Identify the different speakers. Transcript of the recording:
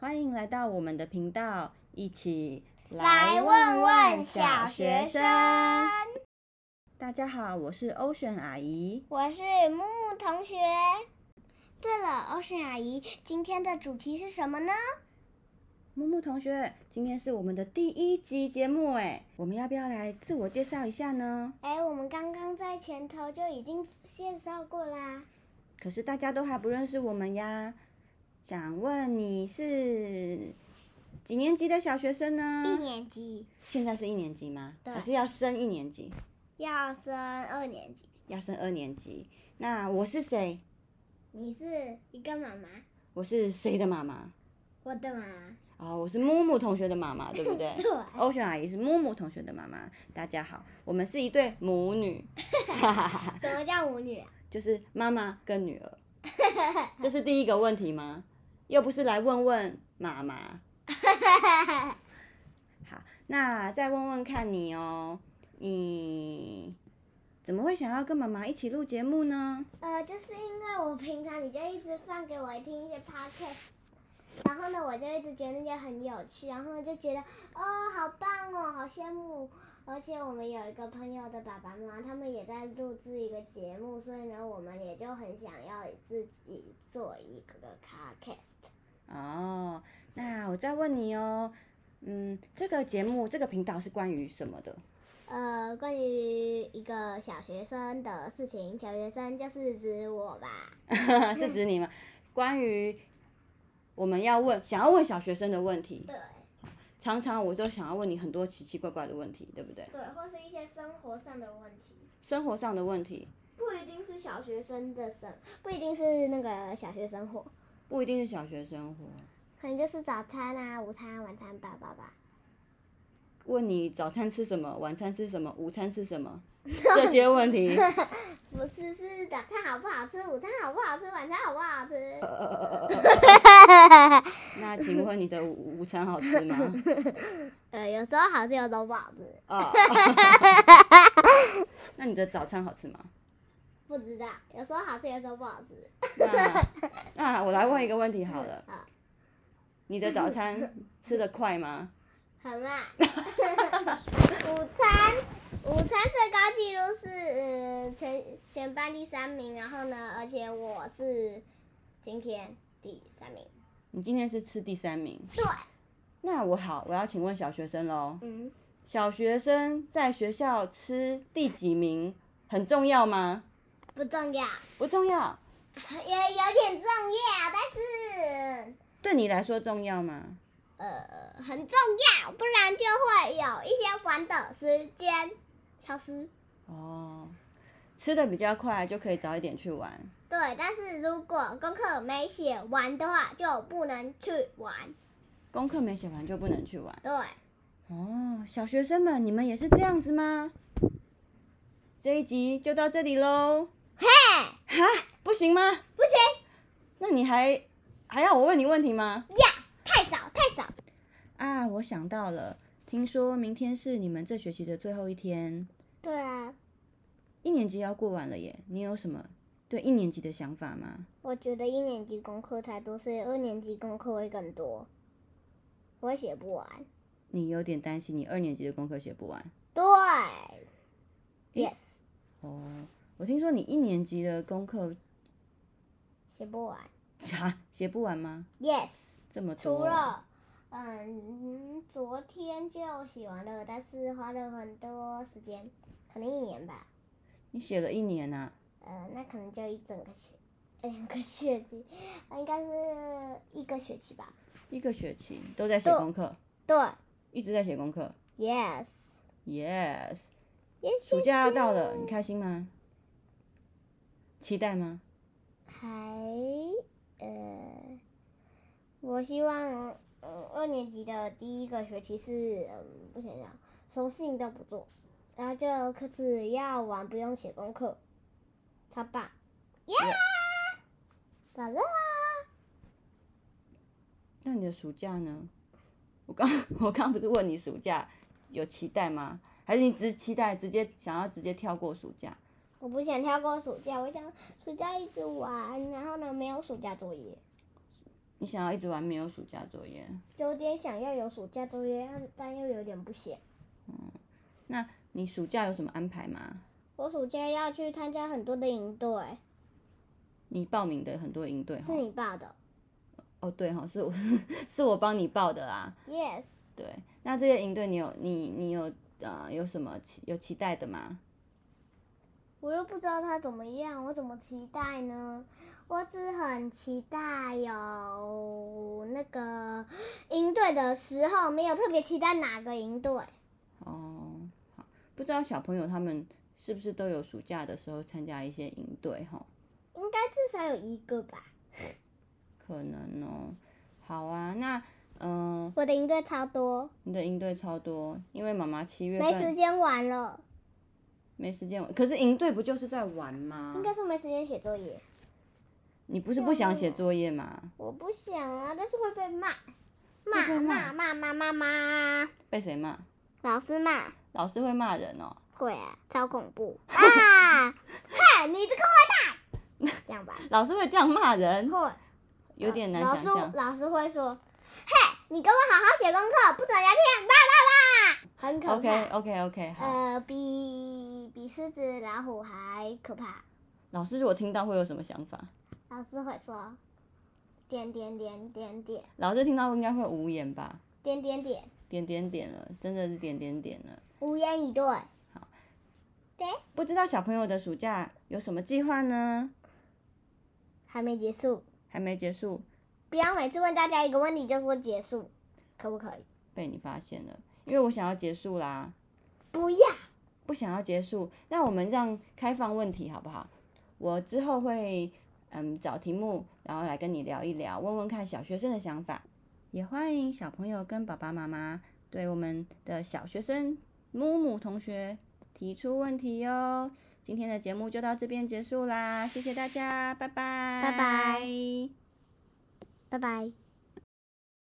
Speaker 1: 欢迎来到我们的频道，一起
Speaker 2: 来问问小学生。
Speaker 1: 大家好，我是欧选阿姨。
Speaker 2: 我是木木同学。对了，欧萱阿姨，今天的主题是什么呢？
Speaker 1: 木木同学，今天是我们的第一集节目，哎，我们要不要来自我介绍一下呢？
Speaker 2: 哎，我们刚刚在前头就已经介绍过啦。
Speaker 1: 可是大家都还不认识我们呀。想问你是几年级的小学生呢？
Speaker 2: 一年级
Speaker 1: 现在是一年级吗？
Speaker 2: 对
Speaker 1: 还是要升一年级？
Speaker 2: 要升二年级，
Speaker 1: 要升二年级。那我是谁？
Speaker 2: 你是一个妈妈，
Speaker 1: 我是谁的妈妈？
Speaker 2: 我的妈妈。
Speaker 1: 哦，我是木木同学的妈妈，对不对
Speaker 2: 对
Speaker 1: 欧璇阿姨是木木同学的妈妈。大家好，我们是一对母女，
Speaker 2: 什么叫舞女啊？
Speaker 1: 就是妈妈跟女儿。这是第一个问题吗？又不是来问问妈妈。好，那再问问看你哦，你怎么会想要跟妈妈一起录节目呢？
Speaker 2: 呃，就是因为我平常你就一直放给我听一些 podcast，然后呢，我就一直觉得那些很有趣，然后呢就觉得哦，好棒哦，好羡慕。而且我们有一个朋友的爸爸妈妈，他们也在录制一个节目，所以呢，我们也就很想要自己做一个 podcast。
Speaker 1: 哦，那我再问你哦，嗯，这个节目这个频道是关于什么的？
Speaker 2: 呃，关于一个小学生的事情，小学生就是指我吧。
Speaker 1: 是指你吗？关于我们要问想要问小学生的问题，
Speaker 2: 对
Speaker 1: 常常我都想要问你很多奇奇怪怪的问题，对不对？
Speaker 2: 对，或是一些生活上的问题。
Speaker 1: 生活上的问题
Speaker 2: 不一定是小学生的生，不一定是那个小学生活，
Speaker 1: 不一定是小学生活。
Speaker 2: 可能就是早餐啊、午餐、晚餐吧吧吧。
Speaker 1: 问你早餐吃什么，晚餐吃什么，午餐吃什 么，这些问题。
Speaker 2: 不是，是早餐好不好吃，午餐好不好吃，晚餐好不好吃。
Speaker 1: 那请问你的午午餐好吃吗？
Speaker 2: 呃，有时候好吃，有时候不好吃，
Speaker 1: 哦，那你的早餐好吃吗？
Speaker 2: 不知道。有时候好吃，有时候不好吃。
Speaker 1: 那那我来问一个问题好了，
Speaker 2: 啊，
Speaker 1: 你的早餐吃得快吗？
Speaker 2: 很慢。午餐，午餐最高纪录是、呃、全全班第三名，然后呢，而且我是今天第三名。
Speaker 1: 你今天是吃第三名，
Speaker 2: 对，
Speaker 1: 那我好，我要请问小学生喽。
Speaker 2: 嗯，
Speaker 1: 小学生在学校吃第几名很重要吗？
Speaker 2: 不重要。
Speaker 1: 不重要，
Speaker 2: 也有点重要，但是
Speaker 1: 对你来说重要吗？
Speaker 2: 呃很重要，不然就会有一些玩的时间消失。
Speaker 1: 哦，吃的比较快就可以早一点去玩。
Speaker 2: 对，但是如果功课没写完的话，就不能去玩。
Speaker 1: 功课没写完就不能去玩。
Speaker 2: 对，
Speaker 1: 哦，小学生们，你们也是这样子吗？这一集就到这里喽。
Speaker 2: 嘿，
Speaker 1: 哈，不行吗？
Speaker 2: 不行，
Speaker 1: 那你还还要我问你问题吗？
Speaker 2: 呀，太少太少。
Speaker 1: 啊，我想到了，听说明天是你们这学期的最后一天，
Speaker 2: 对啊，
Speaker 1: 一年级要过完了耶。你有什么对一年级的想法吗？
Speaker 2: 我觉得一年级功课太多，所以二年级功课会更多，我写不完。
Speaker 1: 你有点担心你二年级的功课写不完
Speaker 2: 对，yes，
Speaker 1: 哦。我听说你一年级的功课
Speaker 2: 写不完
Speaker 1: 啥写不完吗？
Speaker 2: ，yes。
Speaker 1: 这么多
Speaker 2: 除了嗯，昨天就写完了，但是花了很多时间，可能一年吧。
Speaker 1: 你写了一年啊？
Speaker 2: 呃，那可能就一整个学，呃两个学期， 呃应该是一个学期吧。
Speaker 1: 一个学期都在写
Speaker 2: 对
Speaker 1: 功课，
Speaker 2: 对
Speaker 1: 一直在写功课。
Speaker 2: ，yes，
Speaker 1: Yes，
Speaker 2: 也
Speaker 1: 暑假要到了，你开心吗？期待吗？
Speaker 2: 还呃，我希望嗯二年级的第一个学期是嗯不想想，什么事情都不做，然后就可只要玩不用写功课，超棒！呀、咋了啊？
Speaker 1: 那你的暑假呢？ 我刚我刚不是问你暑假有期待吗？还是你只是期待直接想要直接跳过暑假？
Speaker 2: 我不想跳过暑假，我想暑假一直玩，然后呢没有暑假作业。
Speaker 1: 你想要一直玩没有暑假作业？
Speaker 2: 有点想要有暑假作业，但又有点不写。
Speaker 1: 那你暑假有什么安排吗？
Speaker 2: 我暑假要去参加很多的营队，
Speaker 1: 你报名的很多营队
Speaker 2: 是
Speaker 1: 哈，
Speaker 2: 你爸的
Speaker 1: 哦对哈，是我 是我帮你报的啊。
Speaker 2: ，yes，
Speaker 1: 对，那这些营队你有你你有呃有什么期有期待的吗？
Speaker 2: 我又不知道他怎么样，我怎么期待呢？我只很期待有那个营队的时候，没有特别期待哪个营队。
Speaker 1: 哦，好，不知道小朋友他们是不是都有暑假的时候参加一些营队哈？
Speaker 2: 应该至少有一个吧。
Speaker 1: 可能哦。好啊，那嗯、呃
Speaker 2: 我的营队超多，
Speaker 1: 你的营队超多，因为妈妈七月
Speaker 2: 没时
Speaker 1: 份
Speaker 2: 间玩了，
Speaker 1: 没时间玩，可是营队不就是在玩吗
Speaker 2: 应？该说没时间写作业。
Speaker 1: 你不是不想写
Speaker 2: 哦
Speaker 1: 作业吗？
Speaker 2: 我不想啊，但是会被骂，
Speaker 1: 会被
Speaker 2: 骂
Speaker 1: 骂
Speaker 2: 骂骂骂骂骂，
Speaker 1: 被谁骂？
Speaker 2: 老师骂，
Speaker 1: 老师会骂人哦。
Speaker 2: 会啊，超恐 怖啊！哼，你这个坏蛋，这样吧，
Speaker 1: 老师会这样骂人，
Speaker 2: 会
Speaker 1: 有点难
Speaker 2: 老
Speaker 1: 想
Speaker 2: 师
Speaker 1: 象。
Speaker 2: 老师会说，嘿，你给我好好写功课，不准聊天，叭叭叭，很可怕。
Speaker 1: OK 哦 OK OK，好。
Speaker 2: 呃，比比狮子、老虎还可怕。
Speaker 1: 老师如果听到会有什么想法？
Speaker 2: 老师会说，点点点点点
Speaker 1: 老师听到应该会无言吧？
Speaker 2: 点点点，
Speaker 1: 点点点了，真的是点点点了。
Speaker 2: 无言以对。对，
Speaker 1: 不知道小朋友的暑假有什么计划呢？
Speaker 2: 还没结束，
Speaker 1: 还没结束，
Speaker 2: 不要每次问大家一个问题就说结束，可不可以？
Speaker 1: 被你发现了，因为我想要结束啦，
Speaker 2: 不要，
Speaker 1: 不想要结束，那我们让开放问题好不好？我之后会嗯找题目，然后来跟你聊一聊，问问看小学生的想法，也欢迎小朋友跟爸爸妈妈对我们的小学生木木同学提出问题哟、今天的节目就到这边结束啦，谢谢大家，拜拜，
Speaker 2: 拜拜拜拜。